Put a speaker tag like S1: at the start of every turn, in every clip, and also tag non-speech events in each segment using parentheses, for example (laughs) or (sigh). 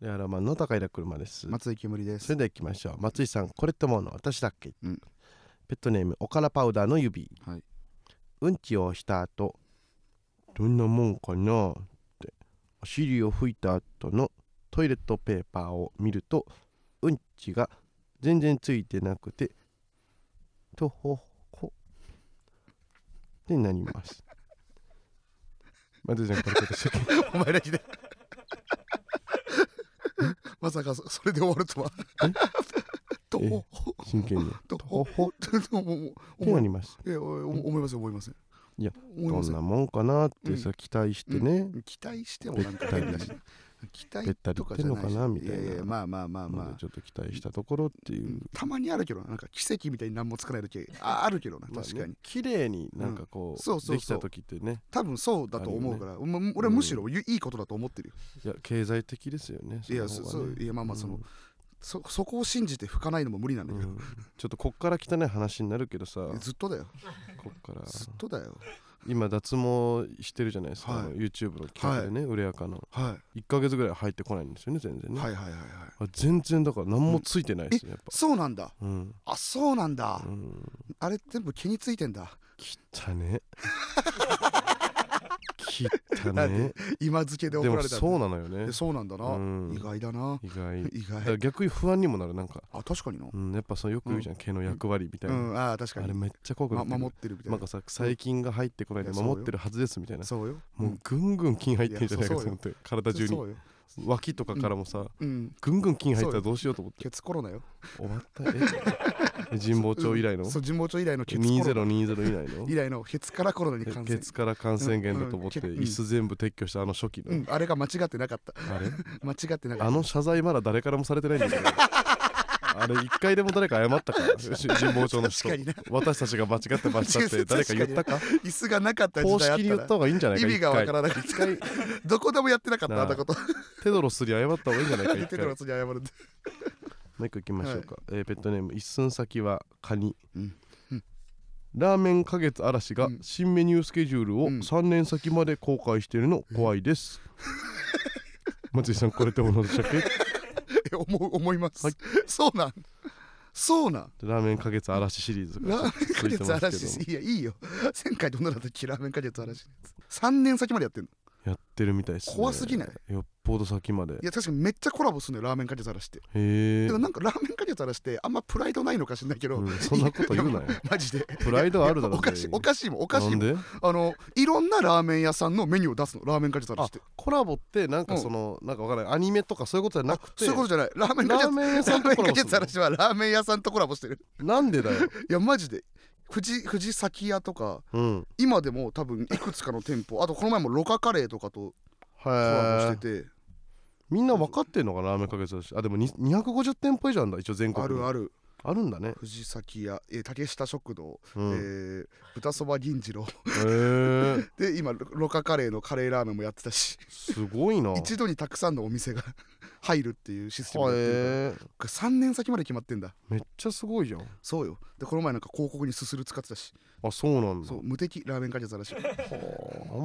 S1: ではマンの高平車です、
S2: 松井煙で
S1: そ
S2: す
S1: れ。では行きましょう松井さんこれってもうの私だっけ、
S2: うん
S1: ペットネームおからパウダーの指
S2: はい。
S1: うんちをした後どんなもんかなってお尻を拭いた後のトイレットペーパーを見るとうんちが全然ついてなくてとほほってなり
S2: (laughs)
S1: ます松井さんこれちょっと初見
S2: お前らひで。 (laughs) まさかそそれで終わるとは。 (laughs) とほほ
S1: 真剣に
S2: と
S1: とほ
S2: ほ
S1: ほ
S2: (laughs)
S1: っ
S2: と思う
S1: てな
S2: 思い
S1: ります
S2: えおお思います思います。
S1: いや
S2: 思い
S1: ど
S2: ます
S1: んなもんかなっ
S2: う
S1: て
S2: ん
S1: さ期待してね、
S2: 期待してもなんか変だし。期
S1: べ
S2: 待
S1: ったり言
S2: とか
S1: って
S2: じゃ
S1: んの
S2: ない
S1: か
S2: し。
S1: なみたいない
S2: やいやまあまあまあ
S1: ま
S2: ま
S1: だ
S2: あ。
S1: ちょっと期待したところっていううん
S2: たまにあるけどななんか奇跡みたいに何もつかない時ああるけどな
S1: まあ
S2: 確かに
S1: ね綺麗になんか
S2: う
S1: こ
S2: ん
S1: う,、
S2: そうそうそう
S1: できた時ってね
S2: 多分そうだと思うからま俺はむしろいいいことだと思ってるよ
S1: いや経済的ですよね
S2: いや
S1: の
S2: そ
S1: 方が
S2: そう
S1: ね
S2: いやまあまあその
S1: ん
S2: そそこを信じて吹かないのも無理なんだけ
S1: うんちょっとこっから汚い話になるけどさ
S2: どずっとだよ
S1: こっから
S2: ずっとだよ
S1: 今脱毛してるじゃないですか、
S2: はい
S1: あの YouTube の企画でね、売れやかの
S2: は
S1: 1ヶ月ぐらい入ってこないんですよね全然
S2: い
S1: ね、
S2: はいはいはいはい
S1: あ全然だから何もついてないですね、やっ
S2: そうなんだ
S1: ぱうん、
S2: あそうなんだ
S1: うん、
S2: あれ全部毛についてんだ (laughs)
S1: 汚ね汚
S2: なん
S1: ね
S2: で今付けで
S1: で
S2: 怒
S1: も
S2: られたんだ
S1: そうなのよね
S2: えそうなんだな
S1: うん
S2: 意外だな
S1: 意外だ
S2: 意
S1: から
S2: 外
S1: 逆に不安にもなるなんか、
S2: あ確かにな
S1: うん、やっぱそうよく言うじゃん、毛の役割みたいうな、
S2: んあー確か
S1: あれ
S2: に
S1: めっちゃ怖くな
S2: ま
S1: ってくる
S2: 守ってるみたい
S1: なん
S2: な
S1: かさ細菌が入ってこないで
S2: いやそうよ
S1: 守ってるはずですみたいな
S2: そうよ
S1: もうぐんぐん菌入ってんじゃないか
S2: いや
S1: と
S2: そう
S1: 思って体中に
S2: そうよ
S1: 脇とかからもさ、
S2: うん
S1: ぐんぐん菌入ったらどうしようと思って
S2: ケツコロナよ
S1: 終わ
S2: (laughs)
S1: ったえ神保町以来の
S2: そう神保町以来のケツコロナ
S1: 2020以来の
S2: 以来のケツからコロナに感染
S1: ケツから感染源だと思って
S2: うんうん
S1: 椅子全部撤去したあの初期の、
S2: うんあれが間違ってなかった (laughs)
S1: あれ
S2: 間違ってなか
S1: (laughs) あ
S2: っ
S1: の謝罪まだ誰からもされてないんだけ
S2: (laughs)
S1: どあれ一回でも誰か謝ったから神保町の人
S2: 確かにな
S1: 私たちが間違ってました
S2: (laughs)
S1: って誰か言ったか
S2: た椅子がなかった時
S1: 公
S2: 代あ
S1: 式に言
S2: っ
S1: った
S2: た
S1: 方がいいんじゃな
S2: ら
S1: い
S2: 意
S1: か
S2: 味がわからなかっ
S1: 一回一回
S2: た (laughs) どこでもやってなかった
S1: なあ
S2: あんなこと
S1: テドロスに謝った方がいいんじゃないか一
S2: (laughs) テト
S1: 回
S2: ロスに謝るんで
S1: もう一個いきましょうか、えーペットネーム一寸先はカニ、
S2: うん
S1: ラーメン花月嵐が
S2: うん
S1: 新メニュースケジュールを
S2: うん
S1: 3年先まで公開してるの怖いです、松井さんこれってものでしたっけ
S2: え思う思います、
S1: はい
S2: そうなんそうなん
S1: ラーメン花月嵐シリーズが
S2: ラーメン
S1: 続
S2: 果
S1: いて
S2: 月
S1: ますけ
S2: 嵐
S1: ど
S2: いやいいよ前回どんなだったっけラーメン果月嵐3年先までやってんの
S1: やってるみたいですね
S2: 怖すぎない
S1: よっぽど先まで
S2: いや確かにめっちゃコラボするのよラーメン果月嵐って
S1: へえ
S2: でもなんかラーメン果月嵐ってあんまプライドないのかしらないけど、
S1: うんそんなこと言うなよ
S2: いやマジで
S1: プライドあるだろ
S2: おかしい
S1: 全員
S2: おかしいもんおかしい
S1: なん
S2: もん
S1: で
S2: あのいろんなラーメン屋さんのメニューを出すのラーメン果月嵐って
S1: コラボってなんかその、なんかわからないアニメとかそういうことじゃなくて
S2: そういうことじゃないラーメン果
S1: ラ
S2: 月
S1: ーメン屋さんとコラボする
S2: ラーメン果月嵐はラーメン屋さんとコラボしてる
S1: のなんでだよ、
S2: いやマジで藤藤崎屋とか
S1: うん、
S2: 今でも多分いくつかの店舗あとこの前もロカカレーとかとコラボ
S1: は
S2: し
S1: い
S2: てて
S1: みんな分かってんのかなラーメンかけてたしあでもに250店舗以上あるんだ一応全国
S2: あ
S1: に
S2: るある
S1: あるんだね
S2: 藤崎屋、えー竹下食堂、
S1: うん
S2: え
S1: へ
S2: ー豚そば銀次郎 (laughs)
S1: え
S2: で今ロロカカレーのカレーラーメンもやってたし
S1: すごいな
S2: 一度にたくさんのお店が (laughs) 入るっていうシステム
S1: は
S2: でやってるから
S1: え
S2: これ3年先まで決まってんだ
S1: めっちゃすごいじゃん
S2: そうよでこの前なんか広告にすする使ってたし
S1: あそうなんだ
S2: そう無敵ラーメンカジャザらしい
S1: あん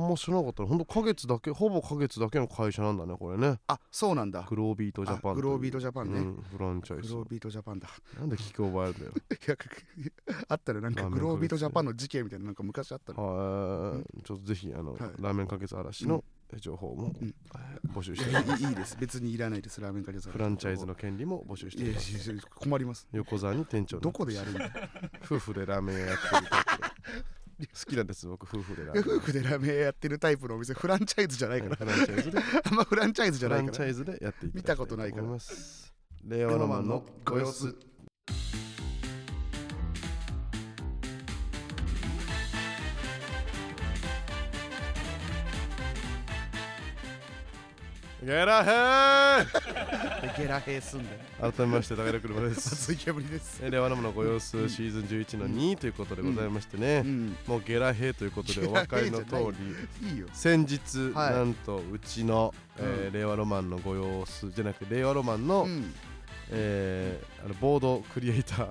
S1: ま知らなかったほんと花月だけほぼ花月だけの会社なんだねこれね
S2: あそうなんだ
S1: グロービートジャパン
S2: あグロービート
S1: ジ
S2: ジャパ
S1: ャ
S2: ンね、
S1: フランチャイ
S2: グ
S1: ズ
S2: ロービートジャパンだ (laughs)
S1: なんで聞き覚えあるんだよ
S2: いや (laughs) あったらなん
S1: ラー
S2: か
S1: メン
S2: グロービート
S1: カジ
S2: ジ
S1: ャ
S2: ャパンの事件みたいななんか昔あったの
S1: はい、ちょっとぜひあの、
S2: はい
S1: ラーメンかけず嵐の情報も、
S2: うん
S1: 募集しており
S2: (laughs)
S1: ます、
S2: いいいいです別にいらないですラーメンカジャザら
S1: フランチャイズの権利も募集し
S2: い
S1: て
S2: や
S1: お
S2: い
S1: り
S2: や
S1: ます
S2: いや困ります
S1: 横沢に店長
S2: ど
S1: の
S2: こでやるんだい
S1: 夫婦でラーメン屋やってるタイプ好きなんです僕夫婦でラーメ
S2: や
S1: ン屋
S2: 夫婦でラーメン屋やってるタイプのお店フランチャイズじゃないから
S1: フランチ
S2: (laughs)
S1: ャイズで
S2: あんまフランチャイズじ
S1: フ
S2: ゃな
S1: ラ
S2: い
S1: ン
S2: か
S1: チ
S2: ら
S1: ャイズでやっていただき
S2: 見
S1: たい
S2: た
S1: と
S2: ことないから
S1: 思ます令和ロマンのご様子ゲラヘー
S2: ゲラヘイすんだよ
S1: 改めまして高田車
S2: (laughs)
S1: です
S2: 松井煙です
S1: えー令和ロマンのご様子シーズン11の2ということでございましてね、
S2: うん
S1: もうゲラヘーということでお分かりの通
S2: ゲラヘー (laughs)
S1: り
S2: いいよ
S1: 先日、
S2: はい
S1: なんとうちの、えー令和ロマンのご様子じゃなくて令和ロマンの、
S2: うん
S1: えーあのボードクリエイ
S2: (laughs)
S1: ターな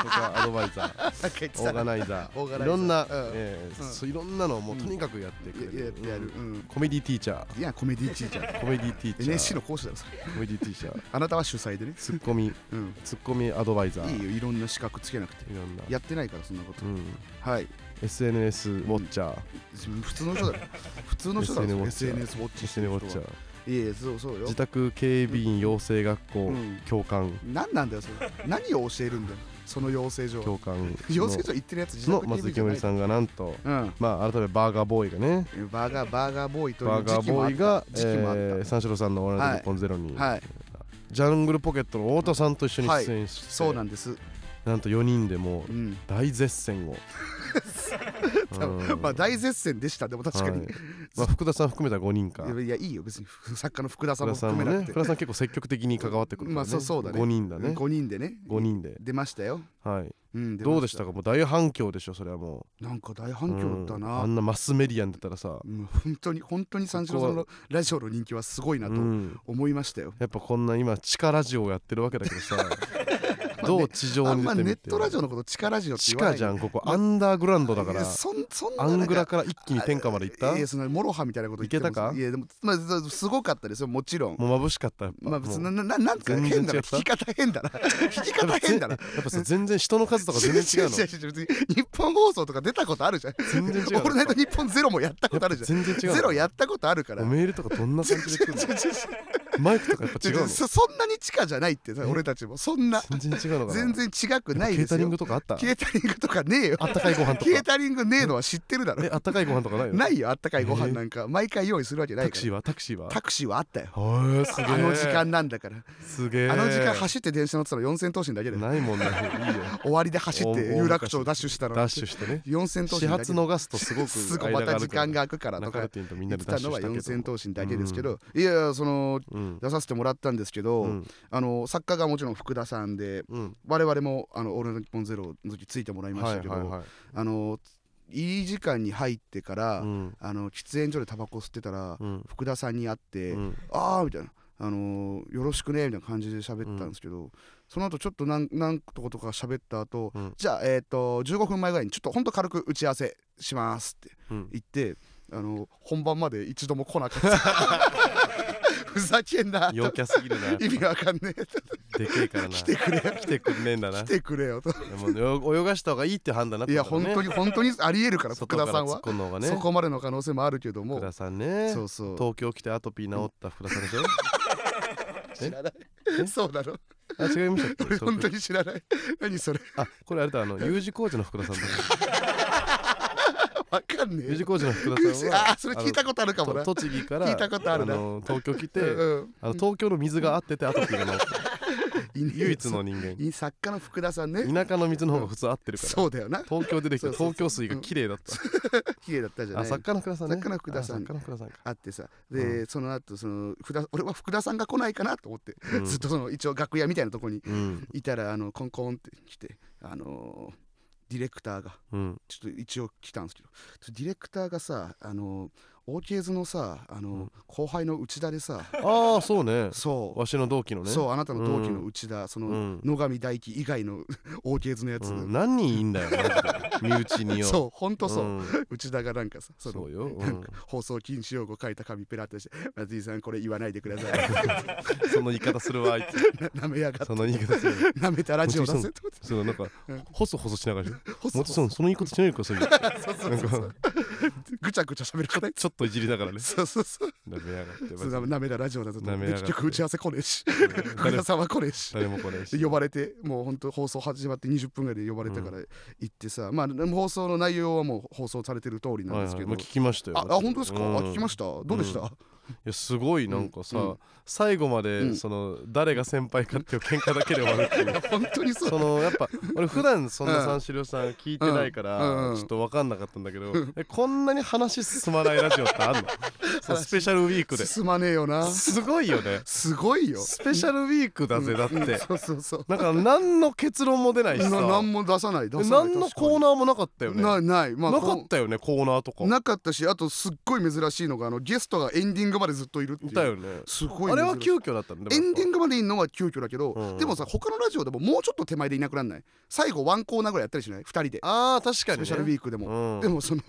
S1: んとかアドバイザー
S2: なんか言って
S1: オーガ
S2: たな
S1: ナイザ
S2: オーガナイザ
S1: ーいろ
S2: ー
S1: んな、
S2: うん
S1: えー
S2: うん
S1: そういろんなのをもうとにかくやってくれ
S2: やや
S1: る、
S2: ってやるうん
S1: コメディティーチャー
S2: いやコメディーチーじゃん
S1: コメディテ
S2: (laughs)
S1: ィーチャー
S2: NSC の講師だろそれ
S1: コメディティーチャー
S2: あなたは主催でね
S1: ツッコミ
S2: うん
S1: ツッコミアドバイザー
S2: いいよいろんな資格つけなくて
S1: いろんな
S2: やってないからそんなこと
S1: うん、
S2: はい
S1: SNS ウォッチャー、
S2: 普通の人だよ普通の人だろ
S1: SNS
S2: SNS ウォッチ
S1: 実
S2: して
S1: 践
S2: る
S1: ウォ
S2: 人
S1: ッチャー
S2: いやいやそうそうよ
S1: 自宅警備員養成学校、
S2: うん
S1: 教官
S2: 何なんだよそ
S1: (laughs)
S2: れ何を教えるんだよその養成所は
S1: 教官
S2: 養成所行ってるやつ自
S1: の
S2: 宅
S1: の松井
S2: じ
S1: け
S2: ゃ
S1: む
S2: な
S1: り
S2: い
S1: さんがなんと
S2: うん
S1: まあ改めバーガーボーイがね
S2: バーガーバーガーボーイとい
S1: バ
S2: う
S1: ーガ
S2: 時
S1: ー
S2: 期
S1: ボ
S2: もあ
S1: ー
S2: っ
S1: イが
S2: た時期もあっ
S1: えー三四郎さんの「オールナイトニッポンゼロに、
S2: たはい
S1: ジャングルポケットの太田さんと一緒に出演して、
S2: そうなんです
S1: なんと4人でもう
S2: うん
S1: 大絶戦
S2: (laughs)
S1: を、うん
S2: まあ大絶戦でしたでも確かに
S1: はいまあ、福田さん含めた5人か
S2: いやいいよ別に作家の福田さん
S1: 福田さ
S2: も
S1: ん
S2: 含
S1: も
S2: めな
S1: ね
S2: くて
S1: 福田さん結構積極的に関わってくるから、ね
S2: まあそうそうだね
S1: 5人だね
S2: 5人でね
S1: 5人で、
S2: 出ましたよ
S1: はい、
S2: うん
S1: どうでした
S2: か
S1: かもう大反響でしょそれはも
S2: なんか大
S1: う
S2: 反響だ
S1: うんあ
S2: なん
S1: なマスメディアに出たらさ、
S2: うん本当に本当に三四郎さんのラジオの人気はすごいな
S1: う
S2: と
S1: ん、
S2: 思いましたよ
S1: やっぱこんな今地下ラジオをやってるわけだけど
S2: (laughs)
S1: さどう地上
S2: あ
S1: に
S2: んま
S1: 出てみて
S2: ネットラジオのこと地下ラジオって
S1: 地
S2: 言わ
S1: 下
S2: ない
S1: じゃんここ
S2: ま
S1: アンダーグラウンドだか
S2: い
S1: ら
S2: やそんそんな
S1: ア
S2: なん
S1: ングラから一気に天下まで行った
S2: いやそのモロハみたいなこと言っても
S1: いけたか
S2: いやでも、まあ、そうすごかったですよもちろん
S1: もう眩しかったやっぱ
S2: まあ別に
S1: も
S2: な
S1: う
S2: なななんか
S1: 全然
S2: 変だな
S1: 違
S2: 弾
S1: った
S2: き方
S1: (laughs)
S2: 変だな弾き方変だな
S1: やっぱさ全然人の数と (laughs) か全
S2: (laughs)
S1: 然違うの
S2: 違違う違う別に日本放送とか出たことあるじゃん
S1: 全然違う
S2: (laughs) オールナイト日本ゼロもやったことあるじゃん
S1: 全然違うの
S2: ゼロやったことあるから
S1: もうメールとかどんな感じで来るの
S2: (laughs)
S1: マイクとかやっぱ違うの
S2: そそんなに地下じゃないってさ俺たちもそんな
S1: 全然違うのかな
S2: 全然違くない
S1: ケ
S2: で
S1: ー
S2: す
S1: タ
S2: よ
S1: リングとかあった
S2: ケータリングとかねえよ
S1: あったかいご飯と
S2: ケー
S1: か
S2: タリングねえのは知ってるだろ
S1: えあったかいご飯とかないの
S2: ないよあったかいご飯なんか毎回用意するわけない
S1: タ
S2: か
S1: ク
S2: ら
S1: シーはタクシーは
S2: タクシーはあったよ
S1: へえすげえ
S2: あの時間なんだから
S1: すげえ
S2: あの時間走って電車乗ってたの四千頭身だけで
S1: ないもんねいいよ
S2: (laughs) 終わりで走っ
S1: お
S2: て
S1: ー
S2: 有楽町ダッシュしたの
S1: ダッシュしてね
S2: 四千頭
S1: 始
S2: 身だけ
S1: 発
S2: で
S1: 逃すとすごく
S2: すぐ
S1: 間
S2: また時
S1: から
S2: 間が空くからと
S1: 中
S2: か
S1: 野店とみんな
S2: 言っ
S1: で
S2: て
S1: ダッ
S2: た
S1: シュし
S2: のは
S1: たけど
S2: 四千頭身だけですけどいやいやその
S1: うん
S2: 出させてもらったんですけ
S1: う
S2: ど
S1: ん
S2: あの作家がもちろん福田さんで
S1: うん
S2: 我々も「あのオールナイトニッポンゼロの時ついてもらいましたけ
S1: はいはい
S2: ど
S1: はい
S2: あのいい時間に入ってから、
S1: うん
S2: あの喫煙所でタバコ吸ってたら、
S1: うん
S2: 福田さんに会って「
S1: うん
S2: ああ」みたいな。あのーよろしくねみたいな感じで喋ってたんですけど、その後ちょっと何何とことか喋った後、
S1: うん
S2: じゃあえっ、と15分前ぐらいにちょっとほんと軽く打ち合わせしますって
S1: うん
S2: 言って、あの本番まで一度も来なかった
S1: (laughs)
S2: ふざけんな
S1: 陽キャすぎる
S2: (laughs)
S1: な
S2: 意味わかんねえ
S1: でけえからな来てくれ来てくんねえんだな
S2: 来てくれよと
S1: もうよ泳がした方がいいって判断になった
S2: いや
S1: んだろう
S2: 本
S1: ね
S2: 当に本当にありえるから福田さん
S1: 外
S2: は
S1: から突っ込んだ方がね
S2: そこまでの可能性もあるけども
S1: 福田さんね
S2: そうそう
S1: 東京来てアトピー治った福田さん
S2: (laughs)
S1: でしょ
S2: 知らない
S1: え
S2: そうなの
S1: あ違いましたっけ
S2: 俺
S1: 東京
S2: 本当に知らない何それ
S1: あこれあれだあの U 字工事の福
S2: (laughs)
S1: 田さんだ
S2: わかんね
S1: U
S2: え
S1: 字工事の福田さんは
S2: (laughs) ああそれ聞いたことあるかも
S1: と
S2: な
S1: 栃木から
S2: 聞いたことあるな
S1: の東京来て、
S2: うん
S1: あの東京の水が合っててアトピーが治った
S2: いねえよ
S1: 唯一の人間
S2: いい作家の福田さんね
S1: 田舎の水の方が普通合ってるから
S2: そうだよな
S1: 東京出てきて
S2: そうそうそう
S1: 東京水が綺麗だった
S2: 綺麗だったじゃ
S1: あ
S2: ない
S1: 作家の福田さんね
S2: 作家の福田さん
S1: あ作家の福田さんか
S2: あってさで、その後その福田俺は福田さんが来ないかなと思って、
S1: うん
S2: (laughs) ずっとその一応楽屋みたいなとこに
S1: うん
S2: いたらあのコンコンって来てあのーディレクターが
S1: うん
S2: ちょっと一応来たんですけどディレクターがさあのー OK ズのさあのー、後輩の内田
S1: (laughs)
S2: でさ
S1: ああそうね
S2: そう
S1: わしの同期のね
S2: そうあなたの同期の内田、その、
S1: うん
S2: 野上大輝以外の (laughs) OK ズのやつ、
S1: うん何人いんだよマジで身内によ
S2: そうほんとそう、
S1: うん
S2: 内田がなんかさその
S1: そうようん
S2: なんか放送禁止用語書いた紙ペラッとして「松井さんこれ言わないでください」
S1: (laughs) その言い方するわあい
S2: な (laughs) めやが
S1: つ
S2: っ
S1: その言い方する
S2: なめたラジオ出せ
S1: 松井
S2: と思って
S1: そのなんかホソホソしながら
S2: 細
S1: もっとそのその言い方しないでくださいよなんか
S2: ぐちゃぐちゃ喋ることない
S1: ちょっといじりながらね
S2: そうそうそう
S1: 舐め
S2: (laughs)
S1: やがって
S2: そうななめたラジオだと
S1: なめやがっ
S2: 結
S1: て
S2: 局打ち合わせ来ねえし福
S1: 誰
S2: 田
S1: も
S2: さんは来ねえし
S1: 誰も来ないし
S2: で呼ばれてもう本当放送始まって20分ぐらいで呼ばれたから行ってさ、まあでも放送の内容はもう放送されてる通りなん
S1: はい
S2: で
S1: は
S2: す
S1: い
S2: けど、
S1: まあ聞きましたよ
S2: ああ本当ですか、
S1: うん
S2: あ聞きましたどうでした、
S1: ういやすごいなんかさ、
S2: うん
S1: 最後まで、
S2: うん
S1: その誰が先輩かっていう喧嘩だけで終わるっていう
S2: (laughs) 本当にそう
S1: そのやっぱ俺普段そん
S2: う
S1: なん三四郎さん聞いてないから、
S2: うんうん
S1: ちょっと分かんなかったんだけど、えこんなに話進まないラジオってあ
S2: (laughs)
S1: んのそうスペシャルウィークで
S2: 進まねえよな
S1: すごいよね
S2: すごいよ
S1: スペシャルウィークだぜだって、
S2: そうそうそう
S1: なんか何の結論も出ないし
S2: な
S1: さ
S2: 何も出さない出さない
S1: 何のコーナーもなかったよね
S2: ないないまあ
S1: なかったよねコーナーとか
S2: なかったしあとすっごい珍しいのがあのゲストがエンディンググまでずっといるっていう
S1: だよね
S2: すごい
S1: あれは
S2: 珍しい
S1: 急遽だったんだ
S2: エンディン
S1: グ
S2: グまでいんのは急遽だけど、
S1: うん
S2: でもさ他のラジオでももうちょっと手前でいなくなんない最後ワンコーナーぐらいやったりしない2人で
S1: ああ確か
S2: ス
S1: に
S2: ペ
S1: ね
S2: シャルウィークでも、
S1: うん
S2: でもその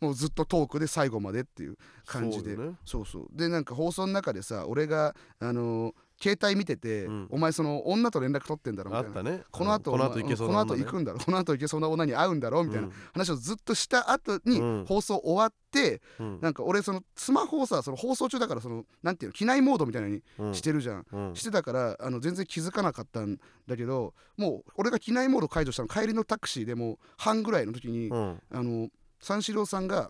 S2: もうずっとトークで最後までっていう感じで
S1: そうだね
S2: そうそうでなんか放送の中でさ俺があのー携帯見てて、
S1: うん
S2: お前その女と連絡取ってんだろみ
S1: あ
S2: たい
S1: っ
S2: な
S1: たね
S2: この後
S1: うんこの
S2: お
S1: 後
S2: 前
S1: 行けそう
S2: こ
S1: な
S2: の
S1: 女
S2: 後
S1: ね
S2: 行くんだろこの後行けそうな女に会うんだろみたいな話をずっとした後
S1: う
S2: に
S1: ん
S2: 放送終わって、
S1: うんうん
S2: なんか俺そのスマホをさその放送中だからそのなんていうの機内モードみたいなのに
S1: うん
S2: してるじゃん、
S1: うん
S2: してたからあの全然気づかなかったんだけどもう俺が機内モード解除したの帰りのタクシーでもう半ぐらいの時に、
S1: うん
S2: あの三四郎さんが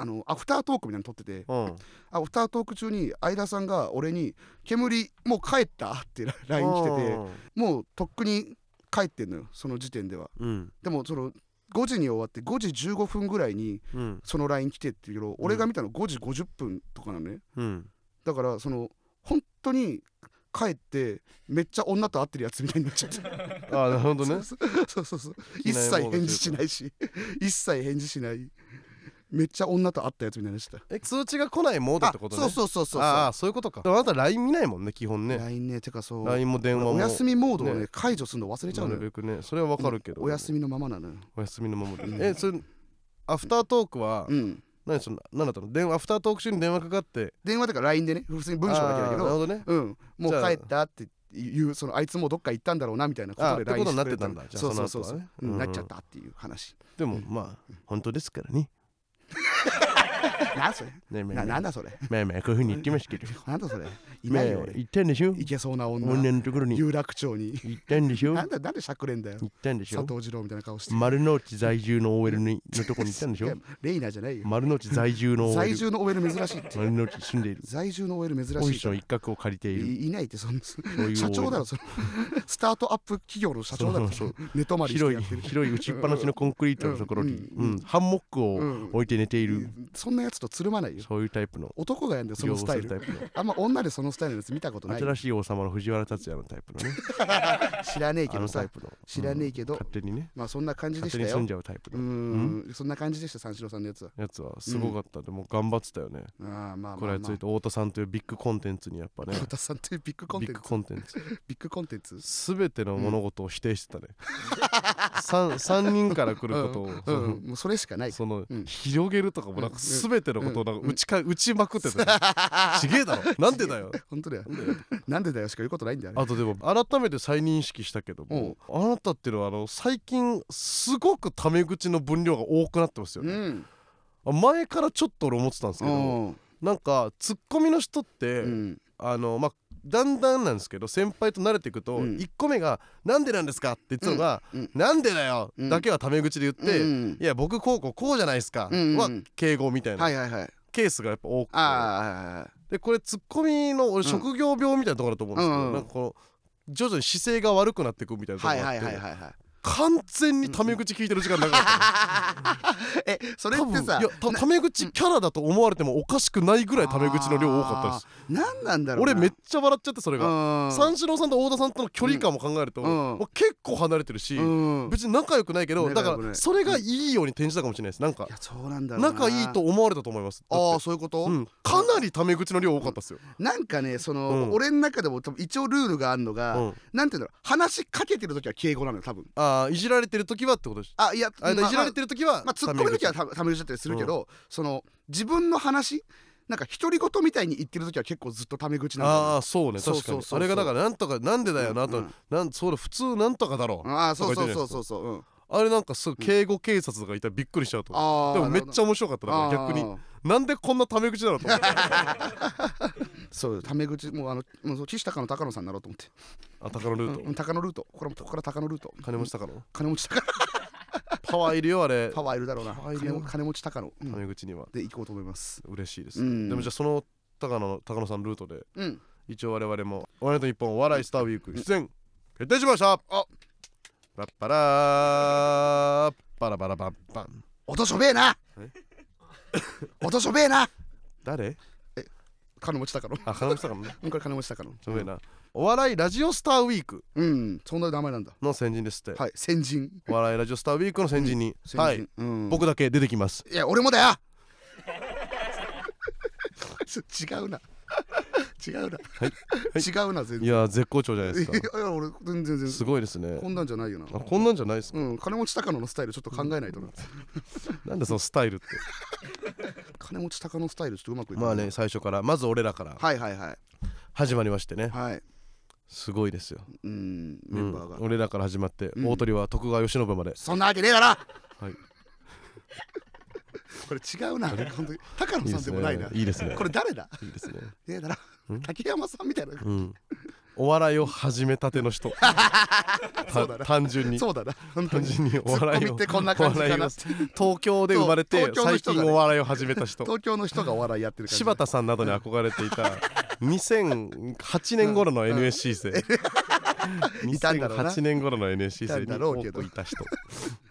S2: あのアフタートークみたいなの撮ってて
S1: うん
S2: アフタートーク中に相田さんが俺に「煙もう帰った?」って LINE 来ててもうとっくに帰ってんのよその時点では
S1: うん
S2: でもその5時に終わって5時15分ぐらいに
S1: うん
S2: その LINE 来てっていうけど俺が見たの5時50分とかなのね
S1: うん
S2: だからその本当に帰ってめっちゃ女と会ってるやつみたいになっちゃって
S1: ああなるほどね
S2: (laughs) そうそうそうそう一切返事しないし一切返事しないめっちゃ女と会ったやつみたいな人だ
S1: え通知が来ないモードってことね
S2: あそうそうそうそう
S1: ああ
S2: そ
S1: そういうことかでもあなた LINE 見ないもんね基本
S2: う
S1: ね
S2: LINE ねてかそう
S1: LINE も電話も
S2: お休みモードをね
S1: ね
S2: 解除するの忘れちゃう
S1: な
S2: の
S1: る
S2: よ
S1: べくねそれはわかるけど
S2: お休
S1: み
S2: みのままなのよ
S1: お休みのままで
S2: うん
S1: えそれアフタートークは
S2: うん
S1: 何その何だったの電話アフタートーク中に電話かかって
S2: 電話だから LINE でね普通に文章だけだけ
S1: あーなる
S2: ど
S1: ほどね
S2: うんもう
S1: じゃあ
S2: 帰ったっていうそのあいつもうどっか行ったんだろうなみたいなこ
S1: あ
S2: と
S1: ー
S2: で
S1: ってこ
S2: LINE
S1: と
S2: し
S1: に
S2: て
S1: なっ
S2: く
S1: て
S2: れ
S1: たん
S2: た
S1: だ
S2: の
S1: じゃあ
S2: そうそ
S1: そ
S2: う
S1: の後は
S2: そうそう
S1: ね
S2: うん
S1: うん
S2: なっちゃったっていう話
S1: でもまあ本当ですからね
S2: なそれ
S1: ねま
S2: な
S1: あ
S2: なんだそれ
S1: まあまあこういうふうに言ってましたけど
S2: なんだそれい
S1: まあ
S2: ないよ俺
S1: 行ったんでしょ
S2: いけそうな女
S1: 女のところに
S2: 有楽町に
S1: 行ったんでしょ
S2: な
S1: 行
S2: んだなんでしゃくれんだよ
S1: ったんでし
S2: 佐
S1: ょ
S2: 藤二郎みたいな顔して
S1: 丸の内在住の OL にのとこに行ったんでし
S2: い
S1: ょ
S2: やレイナじゃないよ
S1: 丸の内在住の OL
S2: 在住の OL 珍しいって
S1: 丸の内住んでいる
S2: 在住の OL 珍
S1: オフィ
S2: しい
S1: スの一角を借りている
S2: いいないってそんな
S1: そういう
S2: 社長
S1: OL
S2: だろ
S1: (laughs)
S2: そのスタートアップ企業の社長だろ
S1: そう
S2: 寝泊まりして
S1: 広
S2: や
S1: い
S2: ってる
S1: 広い打ちっぱなしのコンクリートのところに、
S2: う
S1: うんん
S2: うん
S1: ハンモックを
S2: うん
S1: 置いて寝ている、
S2: そんなやつとつるまないよ
S1: そういうタイプの
S2: 男がやんだよそのスタイ
S1: 利用
S2: ル
S1: するタイ
S2: あんま女でそのスタイルのやつ見たこと
S1: プの
S2: ない
S1: 新しい王様の藤原竜也のタイプのね
S2: 知らねえけ
S1: あ
S2: ど
S1: のタ
S2: さ
S1: イプの
S2: 知らねえけど
S1: 勝手にね
S2: まあそんな感じでし
S1: 勝
S2: た
S1: 手に住
S2: よ
S1: んじゃうタイプ
S2: う
S1: の
S2: んそんな感じでした三四郎さんのやつは
S1: やつはすごかった、でも頑張ってたよね、
S2: あーまあまあ
S1: これはついて太田さんというビッグコンテンツにやっぱね
S2: 太田さんっていうビッグ (laughs) コン
S1: ビ
S2: テ
S1: ッ
S2: ン
S1: グ
S2: ツ
S1: コンテンツ
S2: ビッグコンテンツ
S1: すべての物事を否定してたね、三三 3, 人から来ることを、
S2: う
S1: そ
S2: ん
S1: の
S2: うんもうそれしかない
S1: その、
S2: うん
S1: 広げるとかもなんか
S2: うん
S1: 全てのことをなんか打ちか、打ちまくってたよちげえだろなんでだよ
S2: 本当だよ
S1: なんでだよ
S2: なんでだよしか言うことないんだよね
S1: あとでも改めて再認識したけども、あなたっていうのはあの最近すごくタメ口の分量が多くなってますよ
S2: う
S1: ね、
S2: ん
S1: 前からちょっと俺思ってたんですけど
S2: うん
S1: なんかツッコミの人って、
S2: うん
S1: あのまあだんだんなんですけど先輩と慣れていくと、
S2: うん
S1: 1個目が「なんでなんですか?」って言ってたのが「
S2: うんうん
S1: なんでだよ!」
S2: うん
S1: だけはタメ口で言って「
S2: うん
S1: いや僕こうこうこうじゃないですか」
S2: うんうんうん
S1: は敬語みたいな、
S2: はいはいはい
S1: ケースがやっぱ多くて
S2: ああ
S1: でこれツッコミの俺
S2: ん
S1: 職業病みたいなところだと思うんですけど、
S2: うんうん
S1: なんかこの徐々に姿勢が悪くなっていくみたいなとこ
S2: は
S1: ろ
S2: い
S1: があっ
S2: はい
S1: て、
S2: はいはいはい
S1: 完全にタメ口聞いてる時間なかった、
S2: えそれ (laughs)
S1: 多
S2: っ
S1: 分
S2: て
S1: い
S2: さ
S1: やたタメ口キャラだと思われてもおかしくないぐらいタメ口の量多かったです
S2: あーなんなんだろうな
S1: 俺めっちゃ笑っちゃってそれが、
S2: うん
S1: 三四郎さんと太田さんとの距離感も考えると、
S2: うん
S1: もう結構離れてるし、
S2: うん
S1: 別に仲良くないけど
S2: 仲
S1: だ
S2: 良くな
S1: か
S2: い
S1: らそれがいいように転じたかもしれないですなんか
S2: いやそうなんだろうな
S1: 仲いいと思われたと思いますだって
S2: ああそういうこと、
S1: うん、かなりタメ口の量多かったですよ、
S2: なんかねその、
S1: うん
S2: 俺の中でも多分一応ルールがあるのが、
S1: うん
S2: なんていうんだろう話しかけてる時は敬語なのよ多分
S1: ああいじられてる時はってことです
S2: あいや
S1: あ、
S2: ま
S1: いじられてる時は、
S2: まあ、ツッコミの時はたため口だったりするけど、その自分の話なんか独り言みたいに言ってる時は結構ずっとタメ口なんだよ
S1: ああそうね
S2: そう
S1: 確か
S2: そうそう
S1: にあれ
S2: そう
S1: がだからなんとかなんでだよな
S2: う
S1: と
S2: ん
S1: なんそれ普通なんとかだろう
S2: ああそうそうそう
S1: とか言ってるじゃないです
S2: そうそう、うん、
S1: かあれなんかすぐ敬語警察とかいたらびっくりしちゃうと
S2: ああ
S1: でもめっち
S2: ゃ
S1: ゃ面白かっただから逆になんでこんなタメ口なのと思って
S2: そうよタメ口もうあのもうそう岸高の高野さんになろうと思って
S1: あ高のルー
S2: うん
S1: ト
S2: 高野ルートこれもここから高野ルート
S1: 金持ち高野
S2: 金持
S1: (laughs)
S2: ち高
S1: パワーいるよあれ
S2: 野パワーいるだろうな
S1: パワーいる
S2: 金
S1: よ
S2: も金持ち高野、うん
S1: タメ口には
S2: で行こうと思います
S1: 嬉しいです
S2: うん
S1: でもじゃあその高野高野さんルートで
S2: うん
S1: 一応我々も「ワイナイト日本お笑いスターウィーク」出演決定しましたあラッパラーバラバラバッバン
S2: 音しょべえな
S1: え
S2: (laughs) 音しょべえな
S1: 誰
S2: 金持ち高野
S1: (laughs) あ金持ち高野ね
S2: うんこれ金持ち高野
S1: そうやな、お笑いラジオスターウィーク
S2: うんそんな名前なんだ
S1: の先人ですって、
S2: はい先人
S1: お笑いラジオスターウィークの先人に、
S2: 先人
S1: はい、
S2: うん (laughs)
S1: 僕だけ出てきます
S2: いや俺もだよ違うな違うな、
S1: いはい
S2: 違うな全
S1: い
S2: 然
S1: やー絶好調じゃないですか
S2: いや俺全然全
S1: す
S2: 然
S1: ごいですね
S2: こんなんじゃないよな
S1: あこんなんじゃないですか
S2: うん金持ち高野のスタイルちょっと考えないとな
S1: なんでそのスタイルって
S2: 金持ち高野スタイルちょっとうまくいか
S1: ま
S2: な
S1: あ
S2: い
S1: ね最初からまず俺らから
S2: はいはいはい
S1: 始まりましてね
S2: はい
S1: すごいですよ
S2: うんメンバーが、
S1: うん俺らから始まって
S2: うん
S1: 大鳥は徳川慶喜まで
S2: そんなわけねえだろ
S1: はい
S2: これ違うな本当に高野
S1: いい
S2: さ
S1: で
S2: ん
S1: す
S2: でもないな
S1: ねいいですね
S2: これ誰だ
S1: いいですね
S2: ねえだろ
S1: うん
S2: 竹山さんみたいな
S1: うんお笑いを始めたての人
S2: (laughs) そうだ
S1: た
S2: な
S1: 単純に
S2: そうだな本当
S1: 単
S2: に
S1: 純にお
S2: ツッ
S1: 笑い
S2: コミ
S1: を
S2: ってこんな感じか
S1: お笑い
S2: な
S1: を東京で生まれ
S2: そ
S1: て
S2: う東京の
S1: 最
S2: 人が
S1: 近
S2: ね
S1: お笑いを始めた人
S2: 東京の人がお笑いやってる感じ
S1: 柴田さんなどに憧れていた2008年頃の NSC 生
S2: (laughs) いたんだろうな
S1: 2008年頃の NSC 生
S2: い
S1: に
S2: たんだろうけど
S1: 多くいた
S2: (laughs)
S1: 人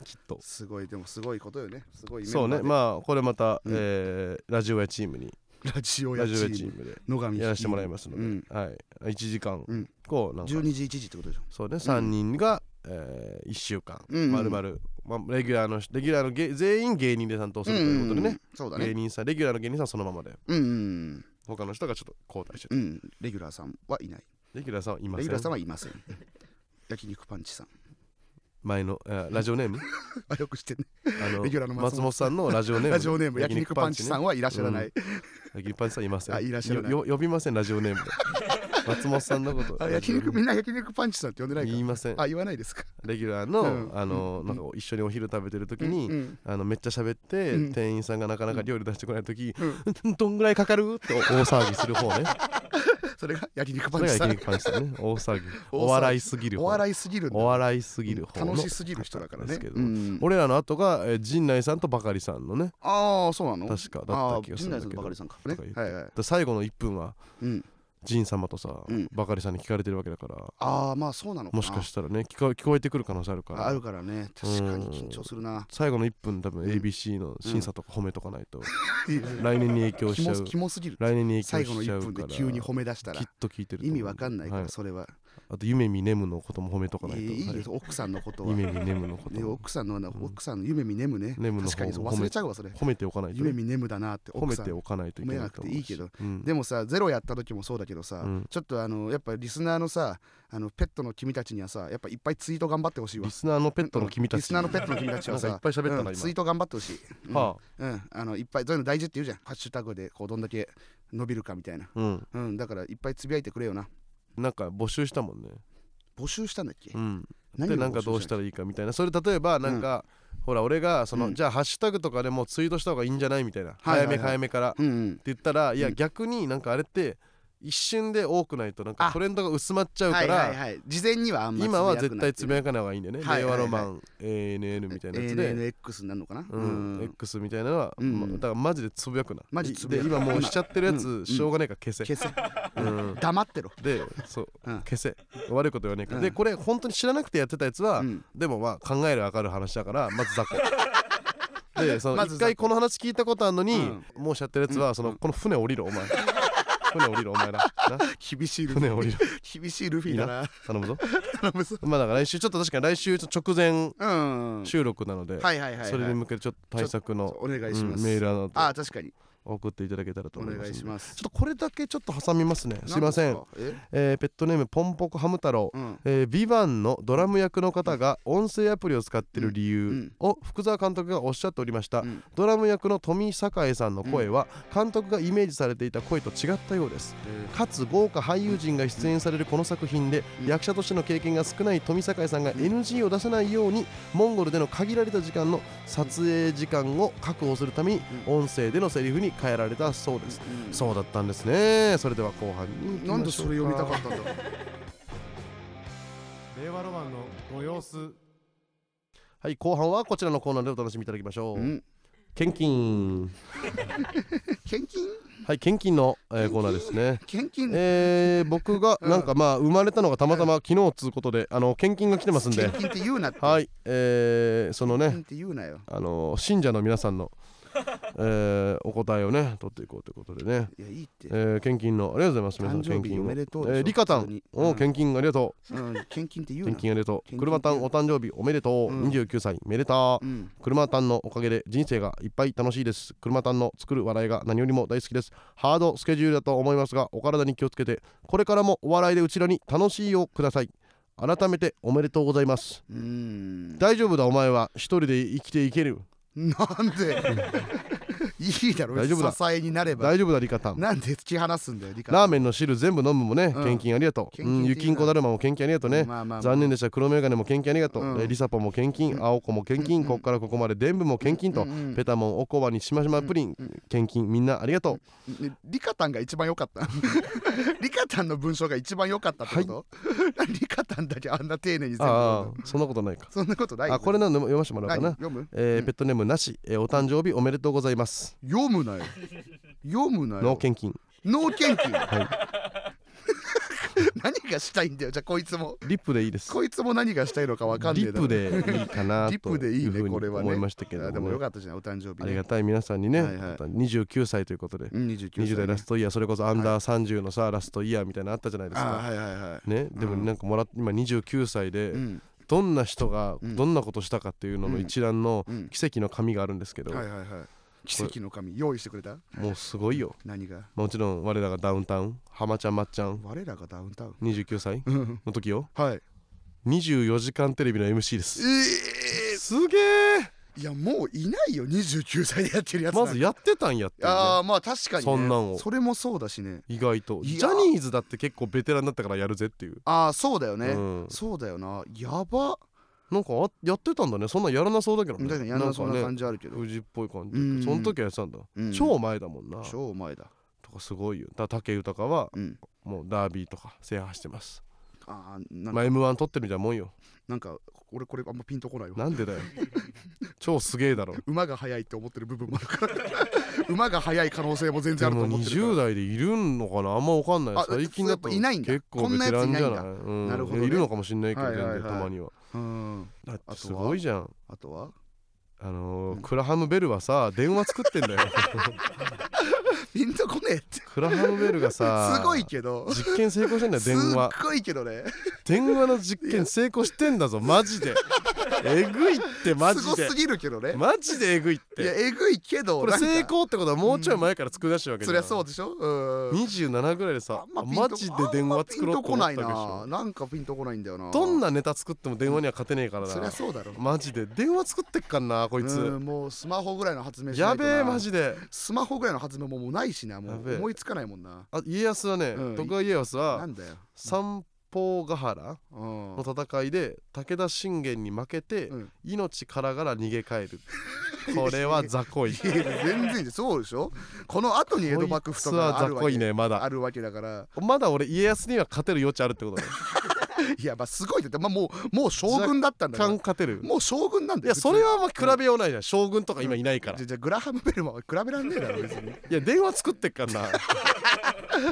S1: きっと
S2: すごいでもすごいことよねすごいメンバ
S1: そ
S2: ー
S1: う
S2: で
S1: ねまあこれまた
S2: うん
S1: えーラジオやチームに
S2: ラジオや
S1: ラ
S2: チ
S1: ジオやチ
S2: ー
S1: ー
S2: ム
S1: ムで
S2: 野上
S1: やらせてもらい
S2: ま
S1: ますの
S2: うん
S1: ではい1時間
S2: うん
S1: こうなんか
S2: 12時1時ってことでしょ
S1: そうね3人がえ1週間
S2: うんうん
S1: まるまるレギュラーのレギュラーの芸全員芸人で担当するということでね
S2: そうだ
S1: 芸
S2: ね
S1: 人さんレギュラーの芸人さんはそのままで
S2: うんうん
S1: 他の人がちょっと交代して
S2: うんうんレギュラーさんはいない
S1: レギュラーさんはいま
S2: レ
S1: せ
S2: ギュラーさ
S1: ん
S2: んはいません (laughs) 焼肉パンチさん (laughs)
S1: 前のえーラジオネーム
S2: あよく知ってんね
S1: あの
S2: レギュラーの松
S1: 松
S2: 本
S1: 本さんのラジオネーム
S2: ラジオネーム焼肉パンチさん
S1: ね
S2: はいらっしゃらない
S1: 焼肉パンチさんいません
S2: あいらっしゃらない
S1: よよ呼びませんラジオネー
S2: (laughs)
S1: ムで松本さんのこと
S2: あ焼肉みんな焼肉パンチさんって呼んでない
S1: 言い
S2: か
S1: ません
S2: あ言わないですか
S1: レギュラー
S2: うん
S1: のあのなんか一緒にお昼食べてる時に
S2: うん
S1: あのめっちゃ喋って、
S2: うん
S1: 店員さんがなかなか料理出してこない時、
S2: うん
S1: うん、どんぐらいかかるって大騒ぎする方
S2: (laughs)
S1: ね
S2: それが焼肉パ
S1: そ
S2: ン
S1: れ
S2: チ
S1: が
S2: さ
S1: 焼
S2: ん
S1: 肉パンチさんね大騒ぎ
S2: 大騒ぎ
S1: お笑いすぎる方
S2: お笑いすぎるんだ
S1: お笑いすぎる方の
S2: 楽しすぎる人だから
S1: で
S2: ね
S1: すけど
S2: うん
S1: 俺らの後が、えー陣内さんとバカリさんのね
S2: ああそうなの
S1: 確かだった気がするんだ
S2: あー陣内さん
S1: け
S2: と
S1: ど
S2: ばかりさんかね
S1: とか言って
S2: はいはい
S1: で最後の1分は
S2: うん
S1: ジン様とさ、
S2: うん
S1: バカリさんに聞かれてるわけだから
S2: ああまあそうなのかな
S1: もしかしたらね聞こ聞こえてくる可能性あるから
S2: あるからね確かに緊張するな
S1: 最後の1分多分
S2: うん
S1: ABC の審査とか褒めとかないと、
S2: (laughs) キ
S1: 来年に影響しちゃ
S2: モ
S1: う
S2: キモすぎる
S1: 来年に影
S2: 最
S1: 響
S2: 後の
S1: しちゃ
S2: 1
S1: うから
S2: 分で急に褒め出した
S1: きっ
S2: ら
S1: と聞いてると
S2: 意
S1: 思う
S2: 味わかんないか
S1: は
S2: らそれは
S1: あと夢見ねむのことも褒めとか
S2: い
S1: ないいと
S2: いい
S1: はい
S2: です奥さんのことは
S1: 夢見ねむのこと
S2: ね
S1: も
S2: 奥さんのあの奥さんの夢見ねむね
S1: ねむの
S2: 確かに
S1: 方も褒
S2: 忘れ
S1: め
S2: ちゃうわそれ
S1: 褒めておかないと
S2: 夢
S1: ね
S2: 見ねむだなって
S1: 褒
S2: 奥
S1: め
S2: さ
S1: て
S2: ん
S1: おかないといけないと思うし
S2: 褒めな
S1: うん
S2: でもさゼロやった時もそうだけどさ
S1: うん
S2: ちょっとあのやっぱリスナーのさあのペットの君たちにはさやっぱいっぱいツイート頑張ってほしいわ
S1: リスナーのペットの君たち
S2: リスナーのペットの君たちはさ
S1: なんかいっぱい喋ったな
S2: うん
S1: 今
S2: ツイート頑張ってほしいうん
S1: は
S2: うん、あのいっぱいそういうの大事って言うじゃんハッシュタグでこうどんだけ伸びるかみたいな
S1: あうん
S2: うんだからいっぱいつぶやいてくれよな
S1: なんか募集したもんね
S2: 募集したんだっけ、
S1: うん
S2: 何
S1: で
S2: を募集
S1: なんかどうしたたらいいかみたいなそれ例えばなんか、ほら俺がその、
S2: うん
S1: じゃあハッシュタグとかでもうツイートした方がいいんじゃないみたいな、
S2: はいはいはい
S1: 早め早めからって
S2: うんうん
S1: 言ったらいや、
S2: うん
S1: 逆になんかあれって一瞬で多くないとなん
S2: あ
S1: かトレンドが薄まっちゃうか
S2: はい
S1: ら、
S2: はいはい事前にはあんま
S1: 今は絶対つぶ
S2: や
S1: やかない方がいいんだよね、
S2: はいはいはい
S1: 令和ロマン ANN みたいなやつで、
S2: ANNX になるのかな
S1: う
S2: うんん、
S1: X みたいなのは、
S2: うん
S1: まだからマジでつぶやくな
S2: マジつぶやく
S1: で今もうしちゃってるやつ、
S2: うん
S1: しょうがないから消せ、
S2: 消せ
S1: (laughs) うん
S2: 黙ってろ、
S1: でそう、
S2: (laughs) うん
S1: 消せ悪いこと言わないから、
S2: うん
S1: でこれ本当に知らなくてやってたやつは、
S2: うん
S1: でもまあ考えればわかる話だからまず雑
S2: (laughs)
S1: 魚でその
S2: まず
S1: 一
S2: 雑魚
S1: 回この話聞いたことあるのに、もうしちゃってるやつはその、この船降りろお
S2: (laughs)
S1: 前船降りろお前らな
S2: 厳しいルフ
S1: 船 (laughs) 降り
S2: ィ (laughs)
S1: ろ
S2: 厳しいルフィだな
S1: 頼むぞ (laughs)
S2: 頼むぞ
S1: まあだから来週ちょっと確かに来週ちょっと直前
S2: う
S1: (laughs)
S2: んはい
S1: 収録なので、
S2: はいはい、はい、
S1: それに向けてちょっと対策の
S2: お願いします、
S1: うんメールなど
S2: ああ確かに
S1: 送っていただけたらと
S2: お
S1: 思います
S2: 願いし
S1: す
S2: ます
S1: ちょっとこれだけちょっと挟みますねすいません
S2: 何ですか
S1: えーペットネームポンポコハム太郎
S2: えうん
S1: えー、ビバンのドラム役の方が音声アプリを使ってる理
S2: う
S1: 由
S2: ん
S1: を福澤監督がおっしゃっておりました、
S2: うん
S1: ドラム役の富栄さんの声は監督がイメージされていた声と違ったようです
S2: え
S1: かつ豪華俳優陣が出演されるこの作品で
S2: うん
S1: 役者としての経験が少ない富栄さんが NG を出さないようにモンゴルでの限られた時間の撮影時間を確保するために音声でのセリフに変えられたそうです
S2: ー
S1: そうだったんですねそれでは後半に行き
S2: なん
S1: ま
S2: で
S1: しょ
S2: そうれ読みたかったんだろう
S3: 令和ロマンのご様子
S1: はい、後半はこちらのコーナーでお楽しみいただきましょう。
S2: うん
S1: 献金。
S2: 献金
S1: はい、献金の、えー
S2: 献金
S1: コーナーですね。
S2: 献金
S1: えー、僕がなんかまあ生まれたのがたまたま昨日つうことであの献金が来てますんで
S2: 献金って言うなって。
S1: はいえー、その
S2: 献
S1: ね
S2: 金って言うなよ。
S1: あの信者の皆さんのえーお答えをね取っていこうということでね、
S2: いやいいって
S1: えー献金のありがとうございます皆さん
S2: 誕生
S1: 献
S2: 日
S1: 金
S2: お
S1: の
S2: めでとうでしょ
S1: えーリカタ
S2: 普通
S1: ン
S2: に
S1: お
S2: う
S1: ー
S2: ん
S1: 献金ありがと
S2: うん献金って
S1: う
S2: 言う
S1: 献
S2: な
S1: 金ありがと
S2: 献
S1: う
S2: 金
S1: 車タンお誕生日おめでとう、
S2: うん
S1: 29歳めでた
S2: うん
S1: 車タンのおかげで人生がいっぱい楽しいです車タンの作る笑いが何よりも大好きですハードスケジュールだと思いますがお体に気をつけてこれからもお笑いでうちらに楽しいをください改めておめでとうございます
S2: うん
S1: 大丈夫だお前は一人で生きていける
S2: なんで (laughs) いいだろ
S1: 大丈夫だ
S2: 支えになれば
S1: 大丈夫だリカタン
S2: なんで突き放すんだよ理科
S1: ラーメンの汁全部飲むもね、
S2: うん
S1: 献金ありがとう
S2: 献
S1: う
S2: 金
S1: ん
S2: っていうな
S1: ゆきんこだるまも献金ありがとうね、
S2: まあまあまあ
S1: 残念でした黒メガネも献金ありがとう、
S2: うん
S1: えーリサポも献金青子も献金、こっからここまで全部も献金と、
S2: うんうん
S1: ペタモンおこわにしましまプリン、
S2: うん
S1: 献金みんなありがとう、
S2: ねリカタンが一番良かった (laughs) リカタンの文章が一番良かったってこと、 (laughs) リカタンだけあんな丁寧に全部読
S1: あ
S2: むの
S1: あそんなことないか
S2: そんなことないよ
S1: あこれなの読ませてもらおうか
S2: 何
S1: な、
S2: 読む、
S1: えー
S2: うん
S1: ペットネームなし、えーお誕生日おめでとうございます
S2: 読むなよ読むなよ
S1: の献金
S2: 脳研究、 (laughs) 何がしたいんだよじゃあこいつも
S1: リップでいいです
S2: こいつも何がしたいのかわかんねえ
S1: リッ
S2: だろ
S1: プでいいかな
S2: (laughs) リッ
S1: と
S2: プでい
S1: い
S2: いね
S1: うふうに
S2: これはね
S1: 思いましたけ
S2: あ
S1: ど
S2: で
S1: も
S2: もよ
S1: ね
S2: かったじゃんお誕生日、
S1: あ
S2: ね、
S1: りがたい皆さんにね、
S2: はいはい
S1: また29歳ということで
S2: うん29歳、
S1: 20代ラス
S2: ト
S1: トイヤーそれこそアンダー30のさラストイヤーみたいなのあったじゃないです
S2: あ
S1: か
S2: はいはいはい、
S1: ね、でも
S2: うん
S1: なんかもらっ今29歳で、
S2: うん
S1: どんな人が
S2: うん
S1: どんなことしたかっていうのの一覧の
S2: うん
S1: 奇跡の紙があるんですけど、
S2: はいはいはい奇跡の神用意してくれた
S1: もうすごいよ
S2: 何が
S1: もちろん我らがダウンタウン浜ちゃんまっちゃん
S2: 我らがダウンタウン
S1: 29歳
S2: うん
S1: の時よ
S2: はい
S1: 24時間テレビの MC です
S2: え
S1: すげえ
S2: ー、いやもういないよ29歳でやってるやつなん
S1: ま
S2: か
S1: ずやってたんやっていうね、
S2: ああまあ確かに、ね、
S1: そんなんを
S2: それもそうだしね
S1: 意外と
S2: いや
S1: ジャニーズだって結構ベテランだったからやるぜっていう、
S2: ああそうだよね、
S1: うん、
S2: そうだよなやば
S1: なんかあやってたんだねそんなんやらなそうだけどね
S2: 確かにやんなそんな
S1: か
S2: 感じあるけど、
S1: ね富士っぽい感じ
S2: うん
S1: その時はやってたんだ、
S2: うん
S1: 超前だもんな
S2: 超前だ
S1: とかすごいよだから武豊は
S2: うん
S1: もうダービーとか制覇してます
S2: ああなんか
S1: まあ m 1取ってるみたいなもんよ
S2: なんか俺これあんまピンとこないわ
S1: なんで
S2: (laughs)
S1: だよ超すげえだろ
S2: 馬が速いって思ってる部分もあるから (laughs) 馬が速い可能性も全然
S1: で
S2: あると
S1: も
S2: 思ってるから
S1: 20代でいるのかなあんまわかんない
S2: あ
S1: 最近だと
S2: やっぱいないんだ
S1: 結構ベテランじゃないうん
S2: なるほどね
S1: いるのかもしんないけど
S2: はい
S1: 全
S2: はいはい
S1: 然たまには
S2: うん
S1: だって
S2: あとは
S1: すごいじゃん
S2: あとは (laughs)
S1: あの
S2: うん
S1: ークラハムベルはさ電話作ってんだ
S2: (laughs)
S1: よ
S2: ピンとこねえってす
S1: クラハムベルがさ
S2: ごいけど
S1: 実験成功してんだよ
S2: すっ
S1: 電話
S2: ごいけどね
S1: 電話の実験成功してんだぞマジでえぐいってマ
S2: す
S1: ジ
S2: ご
S1: です
S2: ぎるけどね
S1: マジでえぐいっ
S2: いや
S1: て
S2: えぐいけど
S1: これ
S2: なんか
S1: 成功ってことはもうちょい前から作り出してるわけじ
S2: そ
S1: ゃん
S2: りゃそうでしょうん
S1: 27ぐらいでさ
S2: あんまピンと
S1: マジで電話作ろう
S2: あ
S1: と
S2: んまピ
S1: 思った
S2: ンとこない
S1: でし
S2: な
S1: ょ
S2: なんかピンとこないんだよな
S1: どんなネタ作っても電話には勝てねえから
S2: そりゃ
S1: な
S2: そうだろ
S1: マジで電話作ってっかんなこいつ
S2: うんもうスマホぐらいの発明しな
S1: や
S2: いと
S1: べ
S2: な
S1: えマジで
S2: スマホぐらいの発明ももうないしなも
S1: やべ
S2: う
S1: え
S2: 思いつかないもんな
S1: あ家康はね
S2: うん
S1: 徳川家康
S2: な
S1: は
S2: んだよ
S1: 三方ヶ原
S2: うん
S1: の戦いで武田信玄に負けて
S2: うん
S1: 命からがら逃げ帰
S2: (laughs)
S1: るこれは雑魚い
S2: いや全然そうでしょこの後に江戸幕府と
S1: こいつは
S2: かあ
S1: 雑
S2: る
S1: 魚
S2: わ
S1: い
S2: け,、
S1: ねま
S2: あ
S1: だ
S2: るわけだから
S1: まだ俺家康には勝てる余地あるって
S2: (laughs)
S1: ことね
S2: いやまあすごいって、まあ、もうもう将軍だったんだ
S1: か
S2: か
S1: ん
S2: ら
S1: 勝てる
S2: もう将軍なんだ
S1: い
S2: よ
S1: やそれ
S2: は
S1: はまあ比べようないじゃん将軍とか今いないから
S2: じゃじゃあグラハム・ベルマンは比べらんねえだろ別に
S1: いや電話作ってっから
S2: (laughs)
S1: な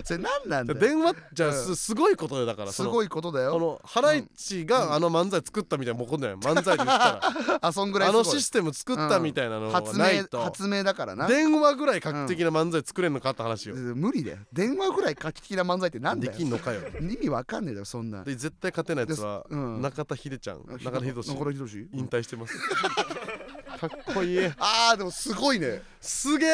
S2: それ何なんだよ
S1: 電話じゃあ
S2: う
S1: すすごいことよだから
S2: す
S1: その
S2: ごいことだ
S1: こ
S2: よ
S1: のハライチがあの漫才作ったみたいなもこんない漫才で言
S2: (laughs)
S1: った
S2: あそんぐら
S1: ら
S2: い
S1: あ
S2: すごい
S1: のシステム作ったみたいなのは
S2: 発
S1: ない
S2: 明
S1: と
S2: 発明だからな
S1: 電話ぐらい画期的な漫才作れんのかって話よ
S2: 無理だよ電話ぐらい画期的な漫才ってなんだ
S1: で
S2: よ
S1: きんのかよで
S2: 意味わかんねえだろそんな
S1: 絶対勝てないやつは
S2: うん
S1: 中田秀ちゃん中田秀
S2: 中
S1: 志
S2: 田秀志
S1: 引退してます
S2: (laughs)
S1: かっこいい
S2: あーでもすごいね
S1: すげえ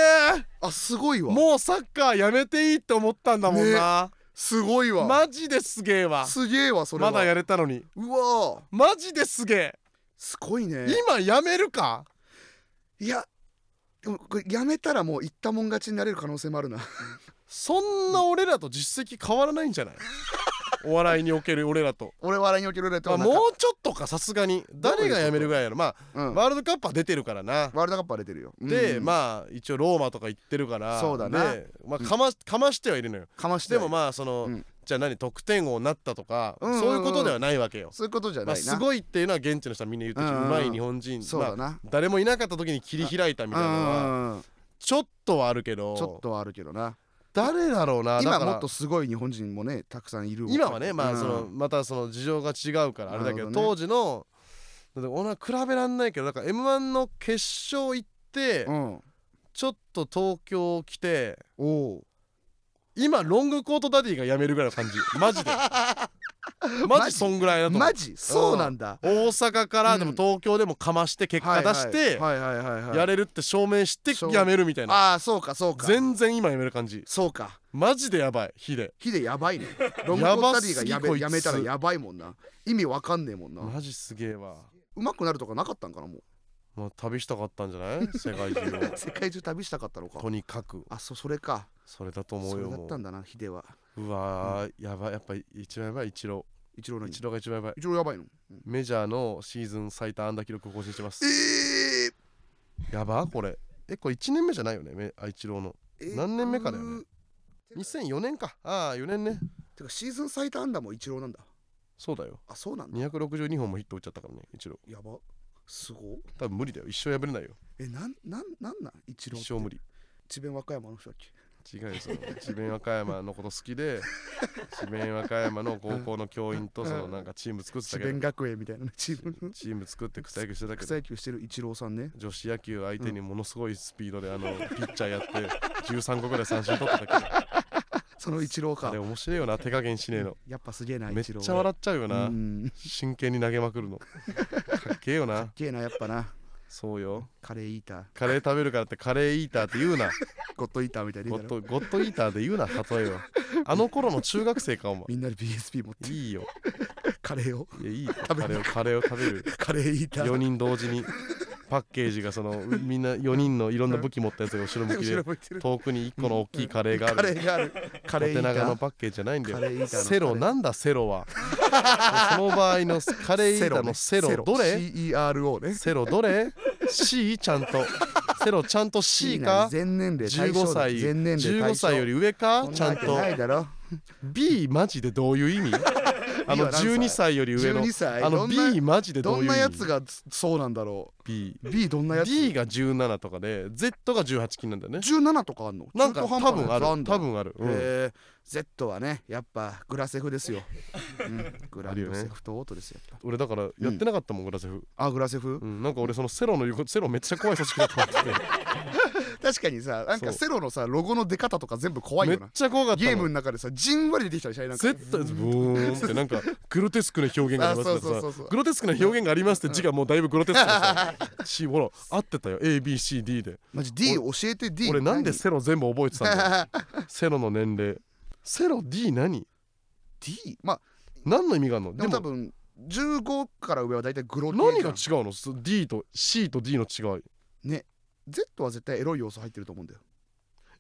S2: あすごいわ
S1: もうサッカーやめていいって思ったんだもんな
S2: すごいわ、
S1: マジですげえわ
S2: すげえわそれは
S1: まだやれたのに
S2: うわー
S1: マジですげえ
S2: すごいね
S1: 今やめるか
S2: いやでもこれやめたらもう行ったもん勝ちになれる可能性もあるな (laughs)
S1: そんな俺らと実績変わらないんじゃ
S2: (laughs)
S1: ないお笑いにおける俺らと、
S2: 俺笑いにおけるレート
S1: まあ、
S2: は
S1: もうちょっとかさすがに誰が辞めるぐらいやろま
S2: う、う
S1: あ
S2: ん、ワ
S1: ワールドカップは出てるからな
S2: ールドカップは出てるよ
S1: で、
S2: あ
S1: まあ一応ローマとか行ってるから
S2: そうだな
S1: で、まあ、かまかましてはいるのよ
S2: かまして
S1: でも
S2: あ
S1: まあその、
S2: うん
S1: じゃあ何得点王になったとか、
S2: うんうんうん
S1: そういうことではないわけよ、
S2: そういうことじゃ
S1: ま
S2: な
S1: あ、
S2: いな、
S1: すごいっていうのは現地の人はみんな言ってるし、
S2: う
S1: うん
S2: うんうん
S1: まい日本人
S2: そうだ
S1: まあ、
S2: な、
S1: 誰もいなかった時に切り開いたみたいなのは
S2: うんうんうん
S1: ちょっとはあるけど
S2: ちょっとはあるけどな
S1: 誰だろうなだ
S2: 今
S1: から
S2: もっとすごい日本人もねたくさんいる
S1: 今はねま
S2: う
S1: あ
S2: ん
S1: そのまたその事情が違うからあれだけど
S2: なるほ
S1: 当時のだって俺は比べらんないけどだから m 1の決勝行って
S2: うん
S1: ちょっと東京来て
S2: おお
S1: 今ロングコートダディが辞めるぐらいの感じマ
S2: (laughs)
S1: ジでマジそんぐらいだと思う
S2: マジそうなんだ
S1: 大阪からでも
S2: うん
S1: 東京でもかまして結果出して
S2: はいはいはいはい
S1: やれるって証明して
S2: そう
S1: 辞めるみたいな
S2: ああそうかそうか
S1: 全然今辞める感じ
S2: そうか
S1: マジでやばいヒデ
S2: ヒデやば
S1: (laughs)
S2: いねロングコートダディがや
S1: やばすぎこ
S2: め
S1: いつ
S2: やめたらやばいもんな意味わかんねえもんな
S1: マジすげえわ
S2: うまくなるとかなかったんかなもう
S1: もう旅したかったんじゃない世界中
S2: (laughs)
S1: を
S2: 世界中旅したかったのか
S1: とにかく
S2: あそそれか
S1: それだと思
S2: そうれ
S1: よ
S2: だ
S1: も
S2: ったん
S1: う
S2: だなヒデは
S1: うわーやばいやっぱ一番やばいイチロ
S2: 一郎
S1: ー
S2: 何
S1: イチローが一番やばい
S2: 一郎やばいのうん
S1: メジャーのシーズン最多安打記録を更新してます
S2: えー
S1: やばこれえこれ1年目じゃないよねめあイチローの
S2: えー
S1: 何年目かだよね2004年かああ4年ね
S2: てかシーズン最多安打も一郎なんだ
S1: そうだよ
S2: あそうなんだ
S1: 262本もヒット打っちゃったからねイチロー
S2: やばすごっ
S1: 多分無理だよ一生破れないよ
S2: えなんなんなんなん一郎
S1: 一生無
S2: 理
S1: 理
S2: 智弁和歌山の人だっけ
S1: 違うよその智弁和歌山のこと好き (laughs) で智弁和歌山の高校の教員とそのなんかチーム作ってた
S2: 智
S1: け
S2: 弁
S1: ど
S2: 学園みたい
S1: (laughs)
S2: なねチーム
S1: チーム作って草野球してたけ
S2: 草
S1: ど
S2: 野球してる一郎さんね
S1: 女子野球相手にものすごいスピードであのピッチャーやって13個ぐらい三振取ってたけど
S2: その一郎
S1: あ
S2: か
S1: れ面白いよな手加減しねえの
S2: やっぱすげえな
S1: めっ
S2: 一
S1: ち
S2: 郎
S1: ゃ笑っちゃうよな
S2: うん
S1: 真剣に投げま
S2: (laughs)
S1: くるのかっけえよな
S2: すげえなやっぱな
S1: そうよ
S2: カレーイーター
S1: カレー食べるからってカレーイーターって言うな
S2: ゴッドイーターみたい
S1: ゴ
S2: な
S1: ッドゴッドイーターで言うな例えはあの頃の中学生かお前
S2: みんなで BSP 持って
S1: いいよ
S2: カレー
S1: (laughs)
S2: を
S1: いやいいよカ
S2: 食べ
S1: レーをカレーを食べる
S2: カレーイーター
S1: 4人同時にパッケージがそのみんな4人のいろんな武器持ったやつが後ろ向き
S2: 後ろ
S1: で
S2: 向いてる
S1: 遠くに1個の大きいカレーが
S2: カ
S1: あ
S2: レ
S1: る
S2: ーがあるカレーイ
S1: 縦
S2: ータ
S1: 長の
S2: ー
S1: パッケージじゃないんだ
S2: カ
S1: よ
S2: レーイーターの
S1: セロなんだセロ
S2: (laughs)
S1: はその場合のカレーイーターのセロどれ
S2: ?CERO ね
S1: セロどれ ?C ちゃんと。セロちゃんと C
S2: いいな
S1: か
S2: 前年齢対象
S1: 15歳
S2: 前年齢対象
S1: 15歳より上か
S2: そ
S1: ちゃ
S2: なんわけ
S1: と
S2: ないだろ
S1: B マジでどういう意味あの
S2: 何歳
S1: 12歳より上の
S2: 12歳
S1: あ
S2: ど
S1: の
S2: んな
S1: B マジでど
S2: ど
S1: ういうん意
S2: な
S1: 味
S2: やつがそうなんだろ
S1: B
S2: う B どんなやつ
S1: D が17とかで Z が18金なんだよね
S2: 17とかあんの
S1: なんか
S2: 中途
S1: 多
S2: 半端な
S1: 分
S2: や
S1: あ
S2: つ
S1: る
S2: んだ
S1: 多分ある、うん
S2: えー Z はねやっぱグラセフですよ、うん、グランドセフとオートですよやっ
S1: 俺だからやってなかったもん、グラセフ、
S2: ぱあグラセフ、
S1: うん、なんか俺そのセロの横セロめっちゃ怖い組織だと思って
S2: 確かにさなんか
S1: そう
S2: セロのさロゴの出方とか全部 (laughs) 怖い
S1: め
S2: よ
S1: っ
S2: な
S1: ちゃ怖かったもん
S2: ゲームの中でさじんわり出てきたりしないなんか
S1: 絶対ブーンってなんかグロテスクな表現があります
S2: あそうそ
S1: と
S2: うそ
S1: か
S2: うそ
S1: さ
S2: う
S1: グロテスクな表現がありますって字がもうだいぶグロテスクだ
S2: (laughs)
S1: ししほら合ってたよ ABCD で
S2: マジ D 教えて D
S1: 俺なんでセロ全部覚えてたんだよセロの年齢セロ D 何
S2: (laughs) D まあ
S1: 何の意味があるの
S2: で
S1: で
S2: も多
S1: も
S2: 分15から上は大体グロテ
S1: 何
S2: じ
S1: が
S2: ゃ
S1: 違うんのそ D と C と D の違い
S2: Z は絶対エロい要素入ってると思うんだよ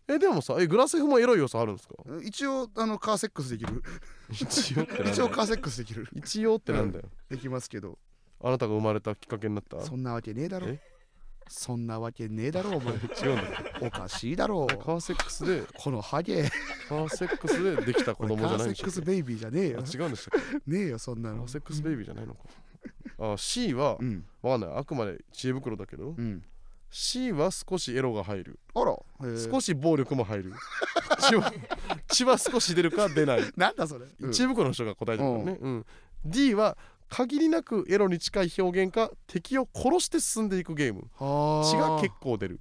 S1: えでもさえグラセフもエロい要素あるんですか
S2: 一応あのカーセックスできる
S1: 一応ってなんだ
S2: 一応
S1: よ
S2: カーセックスできる (laughs)
S1: 一応ってなんだよ
S2: できますけど
S1: あなたが生まれたきっかけになった
S2: そんなわけねえだろ
S1: え
S2: そんなわけねえ
S1: (laughs)
S2: だろお前
S1: 違うんだよ
S2: おかしいだろ
S1: カーセックスで
S2: このハゲ
S1: カーセックスでできた子
S2: 俺
S1: 供じ
S2: カ
S1: ゃな
S2: ー
S1: い
S2: セ
S1: んで
S2: ッ
S1: しょ
S2: クスベイビーじゃねえよ
S1: あ違うんでしたっけ
S2: ねえよそんな
S1: ア
S2: の
S1: セックスベイビーじゃないのか。あ C は
S2: うん
S1: わかんないあくまで知恵袋だけど
S2: うん
S1: C は少しエロが入る
S2: あらへえ
S1: 少し暴力も入る血
S2: (laughs)
S1: は血は少し出るか出ない
S2: なんだそれうん
S1: 知恵袋の人が答えてるからね、うん、D は限りなくエロに近い表現か敵を殺して進んでいくゲーム
S2: はあ
S1: 血が結構出る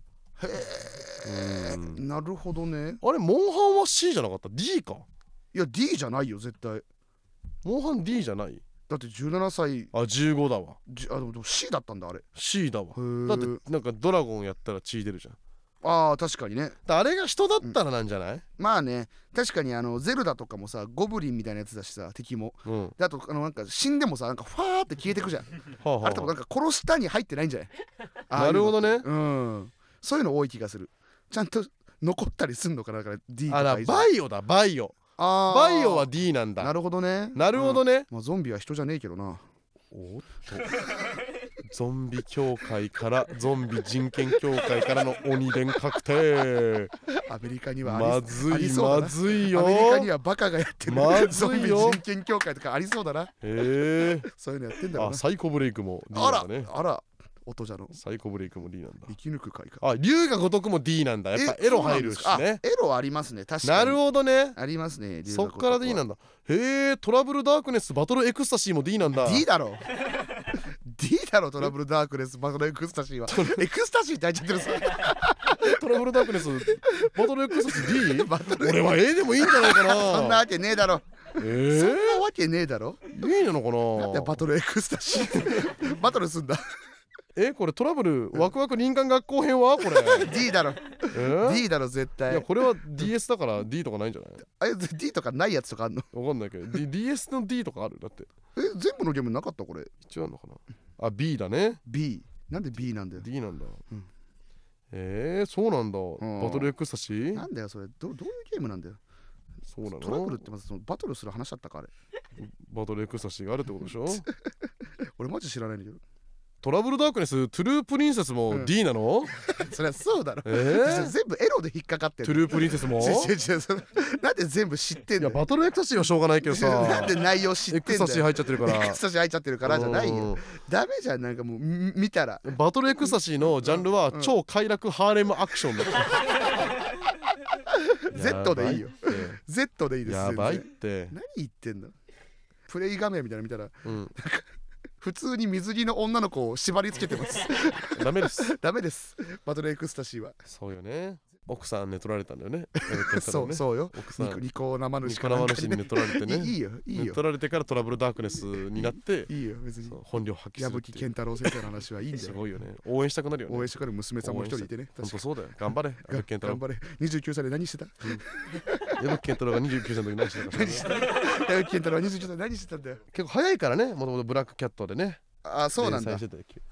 S2: へえ
S1: うん
S2: なるほどね
S1: あれモンハンは C じゃなかった D か
S2: いや D じゃないよ絶対
S1: モンハン D じゃない
S2: だって17歳
S1: あ15だわ
S2: じあでも C だったんだあれ
S1: C だわだ
S2: だ
S1: ってなんかドラゴンやったら血出るじゃん
S2: ああ確かにね
S1: だあれが人だったらなんじゃない、
S2: まあね確かにあのゼルダとかもさゴブリンみたいなやつだしさ敵も
S1: うん
S2: であとあのなんか死んでもさなんかファーって消えてくじゃん
S1: はあはあ
S2: あれ多分なんか殺したに入ってないん
S1: (laughs)
S2: じゃないああい
S1: な
S2: う
S1: る
S2: の
S1: ほどね
S2: うんそういうの多い気がするちゃんと残ったりすんのかなだから D と
S1: あ
S2: から以上
S1: バイオだバイオ
S2: あー
S1: バイオは D なん
S2: な
S1: だ
S2: るほどね
S1: なるほどね、
S2: ね、うんまあゾンビは人じゃねえけどな
S1: おっとゾンビ協会からゾンビ人権協会からの鬼伝確定
S2: アメリカにはあ
S1: ま
S2: り
S1: ず
S2: あり
S1: い
S2: そうだな
S1: まずい
S2: アメリカ
S1: よ
S2: にはバカがやってる、
S1: まずいよ
S2: ゾンビ人権協会とかありそうだな
S1: へえ
S2: そういうのやってんだろう
S1: あ
S2: な
S1: サイコブレイクも D
S2: あ
S1: なんだ
S2: ら、
S1: ね
S2: あら、音じゃの
S1: サイコブレイクも D なんだ
S2: 生き抜く会か。
S1: あ龍が如くも D なんだやっぱ
S2: え
S1: エロ入るし
S2: そうなんで
S1: ね
S2: すかあエロありますね、確かに。
S1: なるほどね
S2: ありますね。
S1: そっから D なんんだへえトラブルダークネスバトルエクスタシーも D なんだ
S2: D だろ (laughs) D だろ、トラブルダークネス、バトルエクスタシーは。エクスタシーって入っちゃってるさ。
S1: トラブルダークネスバトルエクサス
S2: (laughs)
S1: D? 俺は A でもいいんじゃないかな
S2: そんなわけねえだろ
S1: え
S2: そん
S1: ー、
S2: なわけねえだろ
S1: A なのか
S2: なんで
S1: な
S2: バトルエクスタシー (laughs) バトルすんだ
S1: えこれトラブルワクワク林間学校編は
S2: (laughs)
S1: これ、え
S2: D だろ
S1: ー
S2: D だろ絶
S1: いや
S2: 対
S1: これは DS だから D とかないんじゃない
S2: あれ D とかないやつとかあんの
S1: わかんないけど、D、DS の D とかあるだって
S2: え全部のゲームなかったこれ
S1: 一応あるのかなあ B だね
S2: B なんで B なんだよ
S1: D なんだ、
S2: うん
S1: えー、そうなんだ、
S2: ん
S1: バトルエクサシー
S2: なんだよそれどどういうゲームなんだよ
S1: そうなの
S2: トラブルってまずそのバトルする話だったかあれ
S1: バトルエクサシーがあるってことでしょ
S2: 俺マジ知らないんだけど (laughs)
S1: トラブルダークネストゥループリンセス
S2: う
S1: も
S2: ん
S1: D なの、
S2: そりゃそうだろ
S1: えー、
S2: (laughs) 全部エロで引っかかって
S1: トゥ
S2: る
S1: ループリンセ
S2: (laughs)
S1: スも
S2: 違う違う違うそのなんで全部知ってん
S1: い
S2: だ
S1: や
S2: よ
S1: バトルエクサシーはしょうがないけどさ
S2: (laughs) なんで内容知
S1: エ
S2: ってんだ
S1: ク
S2: よ
S1: サシー入っちゃってるから
S2: エクスタシー入っちゃってるからじゃないよダメじゃんなんかもうみ見たら
S1: うんバトルエクサシーのジャンルは超快楽ハーレムアクションだった
S2: (laughs) Z でいいよ
S1: やばっ
S2: Z でいい
S1: て
S2: です
S1: やばいっ
S2: 全
S1: て、
S2: 然何言ってんだプレイ画面みたいなの見たら
S1: うん、
S2: 普通に水着の女の子を縛り付けてます
S1: (laughs) ダメです
S2: ダメですバトルエクスタシーは
S1: そうよね奥さん寝取られたんだよね
S2: (laughs) そう
S1: う
S2: そうよ
S1: 奥さ
S2: ニコ
S1: ん
S2: ニコ生主
S1: ニコ
S2: かなん
S1: 生
S2: か
S1: 主に寝取られて
S2: いいい
S1: ね
S2: いよいい
S1: 寝
S2: よ
S1: 取られてからトラブルダークネスになって
S2: いいよ別に
S1: そう本領発揮
S2: 矢
S1: するっ
S2: 吹
S1: てい
S2: 健
S1: う
S2: 太郎先生の話はいいんだ
S1: す
S2: よ
S1: ごいよね応援したくなるよね
S2: 応援してくる娘さんも一人いてね
S1: 本
S2: 確か
S1: 当そうだよ頑張れ矢吹健太
S2: 頑
S1: 郎
S2: 張れ29歳で何し
S1: (laughs)
S2: てた
S1: 矢吹健太郎が29歳の時何してたか知らない
S2: 矢吹健太郎は29歳で何してたんだよ
S1: (laughs) 結構早いからねもともとブラックキャットでね
S2: ああそうなんだ
S1: 連載してたよ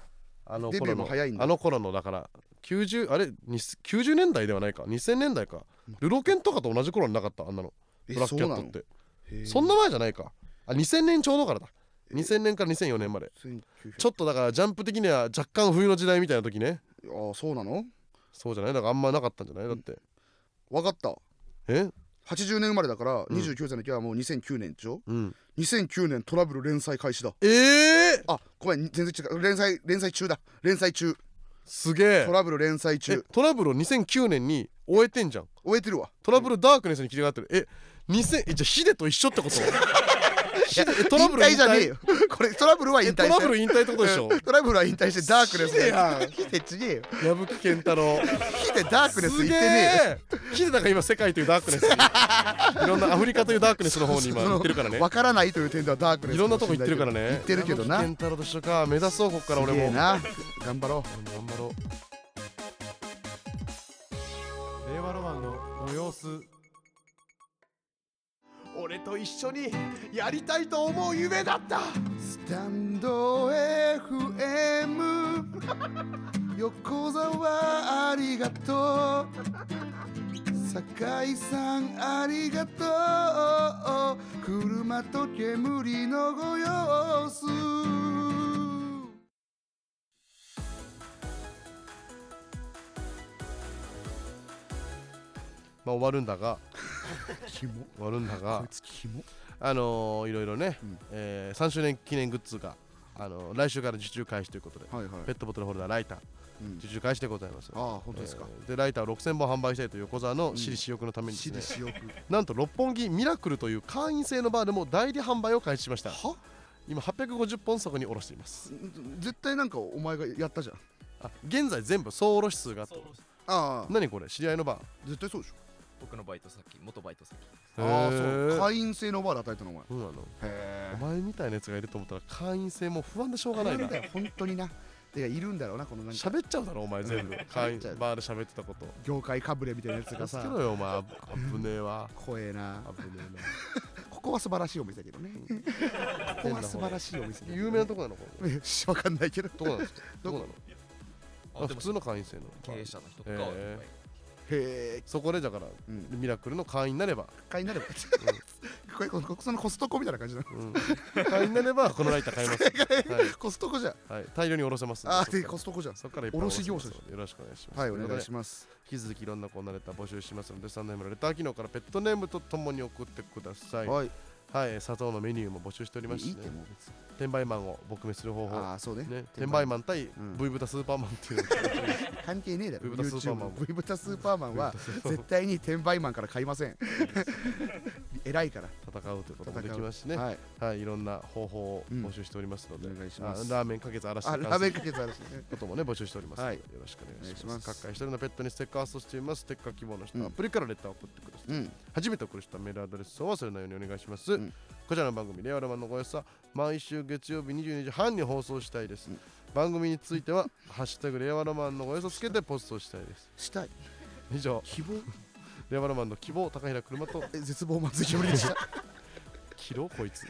S1: あの
S2: デビ
S1: 頃
S2: ューも
S1: の
S2: 早いんだ
S1: あの頃のだから90あれに90年代ではないか2000年代かルロケンとかと同じ頃になかったあんなの
S2: え
S1: ブラックキャッ
S2: そ
S1: ト
S2: うな
S1: っ
S2: の
S1: て
S2: へえ
S1: そんな前じゃないかあ2000年ちょうどからだ2000年から2004年まで
S2: 1900
S1: ちょっとだからジャンプ的には若干冬の時代みたいな時ね
S2: ああそうなの
S1: そうじゃないだからあんまなかったんじゃないだって
S2: わかった
S1: え
S2: 80年生まれだから
S1: ん
S2: 29歳の時はもう2009年でしょ
S1: うん
S2: 2009年トラブル連載開始だ
S1: えー、
S2: あごめん全然違う連載連載中だ連載中
S1: すげえ
S2: トラブル連載
S1: え
S2: 中
S1: トラブルを2009年に終えてんじゃん
S2: 終えてるわ
S1: トラブルダークネスに切り替わってるえ2000えじゃあヒデと一緒ってこと
S2: (laughs)
S1: ヒデえトラブル
S2: 引退じゃねえよ (laughs) これトラブルは引
S1: えト
S2: 退
S1: ラ
S2: し
S1: ブル
S2: て
S1: 引退ってことでしょ
S2: うんトラブルは引退してダークネス
S1: ヒデやん
S2: ヒデちげえよ
S1: 矢吹健太郎
S2: ヒデダークネス行
S1: す
S2: って
S1: げ
S2: ねえよ
S1: えヒデだから今世界というダー
S2: (laughs)
S1: クネスにいろんなアフリカというダークネスの方に今行ってるからね
S2: 分からないという点ではダークネス
S1: いろんなとこ行ってるからね
S2: 行ってるけどな
S1: 矢吹健太郎と一緒か目指そうこっから俺
S2: すげえ
S1: も頑
S2: な頑張ろう
S1: 張ろう
S4: 令和ロマンのご様子
S5: 俺と一緒にやりたいと思う夢だった
S2: スタンド (laughs) FM 横澤ありがとう酒井さんありがとう車と煙のご様子
S1: まあ終わるんだが
S2: キモ
S1: 終わるんだ
S2: こ
S1: が
S2: (laughs) いつキモ
S1: あのーいろいろね、
S2: うん
S1: えー3周年記念グッズが、あのー来週から受注開始ということで、
S2: はいはい
S1: ペットボトルホルダーライター
S2: うん
S1: 受注開始でございます
S2: ああ本当ですか
S1: えーでライターを6000本販売したいという横澤の私利私欲のためにです
S2: 私
S1: ね
S2: 利、私欲
S1: なんと六本木ミラクルという会員制のバーでも代理販売を開始しました
S2: は
S1: 今850本そこに卸しています
S2: 絶対なんかお前がやったじゃん
S1: あ現在全部総卸数があって
S2: ああ
S1: 何これ知り合いのバー
S2: 絶対そうでしょ
S6: 僕のバイト先元バイト先
S2: ああ
S1: へ
S2: そ
S1: ー
S2: う会員制のバーで与えたのお前
S1: そうなの
S2: へ
S1: お前みたいなやつがいると思ったら会員制も不安でしょうがないな
S2: え本当になてかいるんだろうなこのなんか
S1: 喋っちゃうだろお前全
S2: (laughs)
S1: 部会員
S2: 喋っちゃう
S1: バーで喋ってたこと
S2: 業界かぶれみたいなやつが
S1: 助け
S2: さ
S1: ろよお前危ねえわ
S2: 怖えな
S1: 危ね
S2: ここは素晴らしいお店だけどねここは素晴らしいお店
S1: えな
S2: だけどね
S1: 有名なとこなのこれ
S2: (laughs) わかんないけど
S1: どこなんですかど
S2: ど
S1: こ
S2: こ
S1: なのあ普通の会員制の
S6: 経営者の人とかは
S1: へー
S2: へえ
S1: そこでだから
S2: うん
S1: ミラクルの会員になれば
S2: 買いになれば (laughs) これこのそのコストコみたいな感
S1: (laughs)
S2: じなの
S1: うん会員になればこのライター買いますはい
S2: コストコじゃん
S1: (laughs) はい、大量におろせますん
S2: あ
S1: そっから
S2: ーでコストコじゃん
S1: そっからいっぱい卸
S2: 卸業
S1: し
S2: 者
S1: ますのでよろしくお願いします。
S2: はいお願いし
S1: ま
S2: ます
S1: す。引き続きいろんなコーナーレター募集しますので、スタンド M のレター機能からペットネームとともに送ってください。
S2: はい
S1: はい、砂糖のメニューも募集しております
S2: いい
S1: し
S2: って
S1: ね
S2: もう
S1: 転売マンを撲滅する方
S2: あ
S1: 法
S2: あそうね
S1: ね
S2: 転
S1: 転売
S2: 売
S1: マン対
S2: うん
S1: V ブタスーパーマンっていうのが
S2: 関係ねえだろ
S1: ブイブタスーパーマン
S2: YouTube V ブタスーパーマンは絶対に転売マンから買いませ
S1: (laughs)
S2: ん偉いから
S1: 戦うということもで
S2: 戦う
S1: きますしね
S2: はい
S1: はい、いろんな方法を
S2: うん
S1: 募集しておりますので、
S2: お願いします
S1: あラーメンかけつ嵐
S2: あ
S1: に
S2: ラーメ
S1: 関す
S2: ン
S1: る
S2: かけたですね
S1: こともね募集しておりますので、
S2: はい
S1: よろしくお願いし
S2: お願
S1: ま
S2: いします
S1: す。各界一人のペットにステッカーを送しています。ステッカー希望の人
S2: うん
S1: はアプリからレターを送ってください。
S2: うん
S1: 初めて送る人はメールアドレスを忘れないようにお願いします。
S2: うん
S1: こちらの番組、レアルマンのごやさ、毎週月曜日22時半に放送したいです。
S2: うん
S1: 番組については、 (laughs) ハッシュタグレアロマンのごやさつけてポストしたいです。
S2: したい
S1: 以上、(laughs)
S2: 希望
S1: レアロマンの希望、高平車と、
S2: え絶望まずい煙でした
S1: キロこいつ。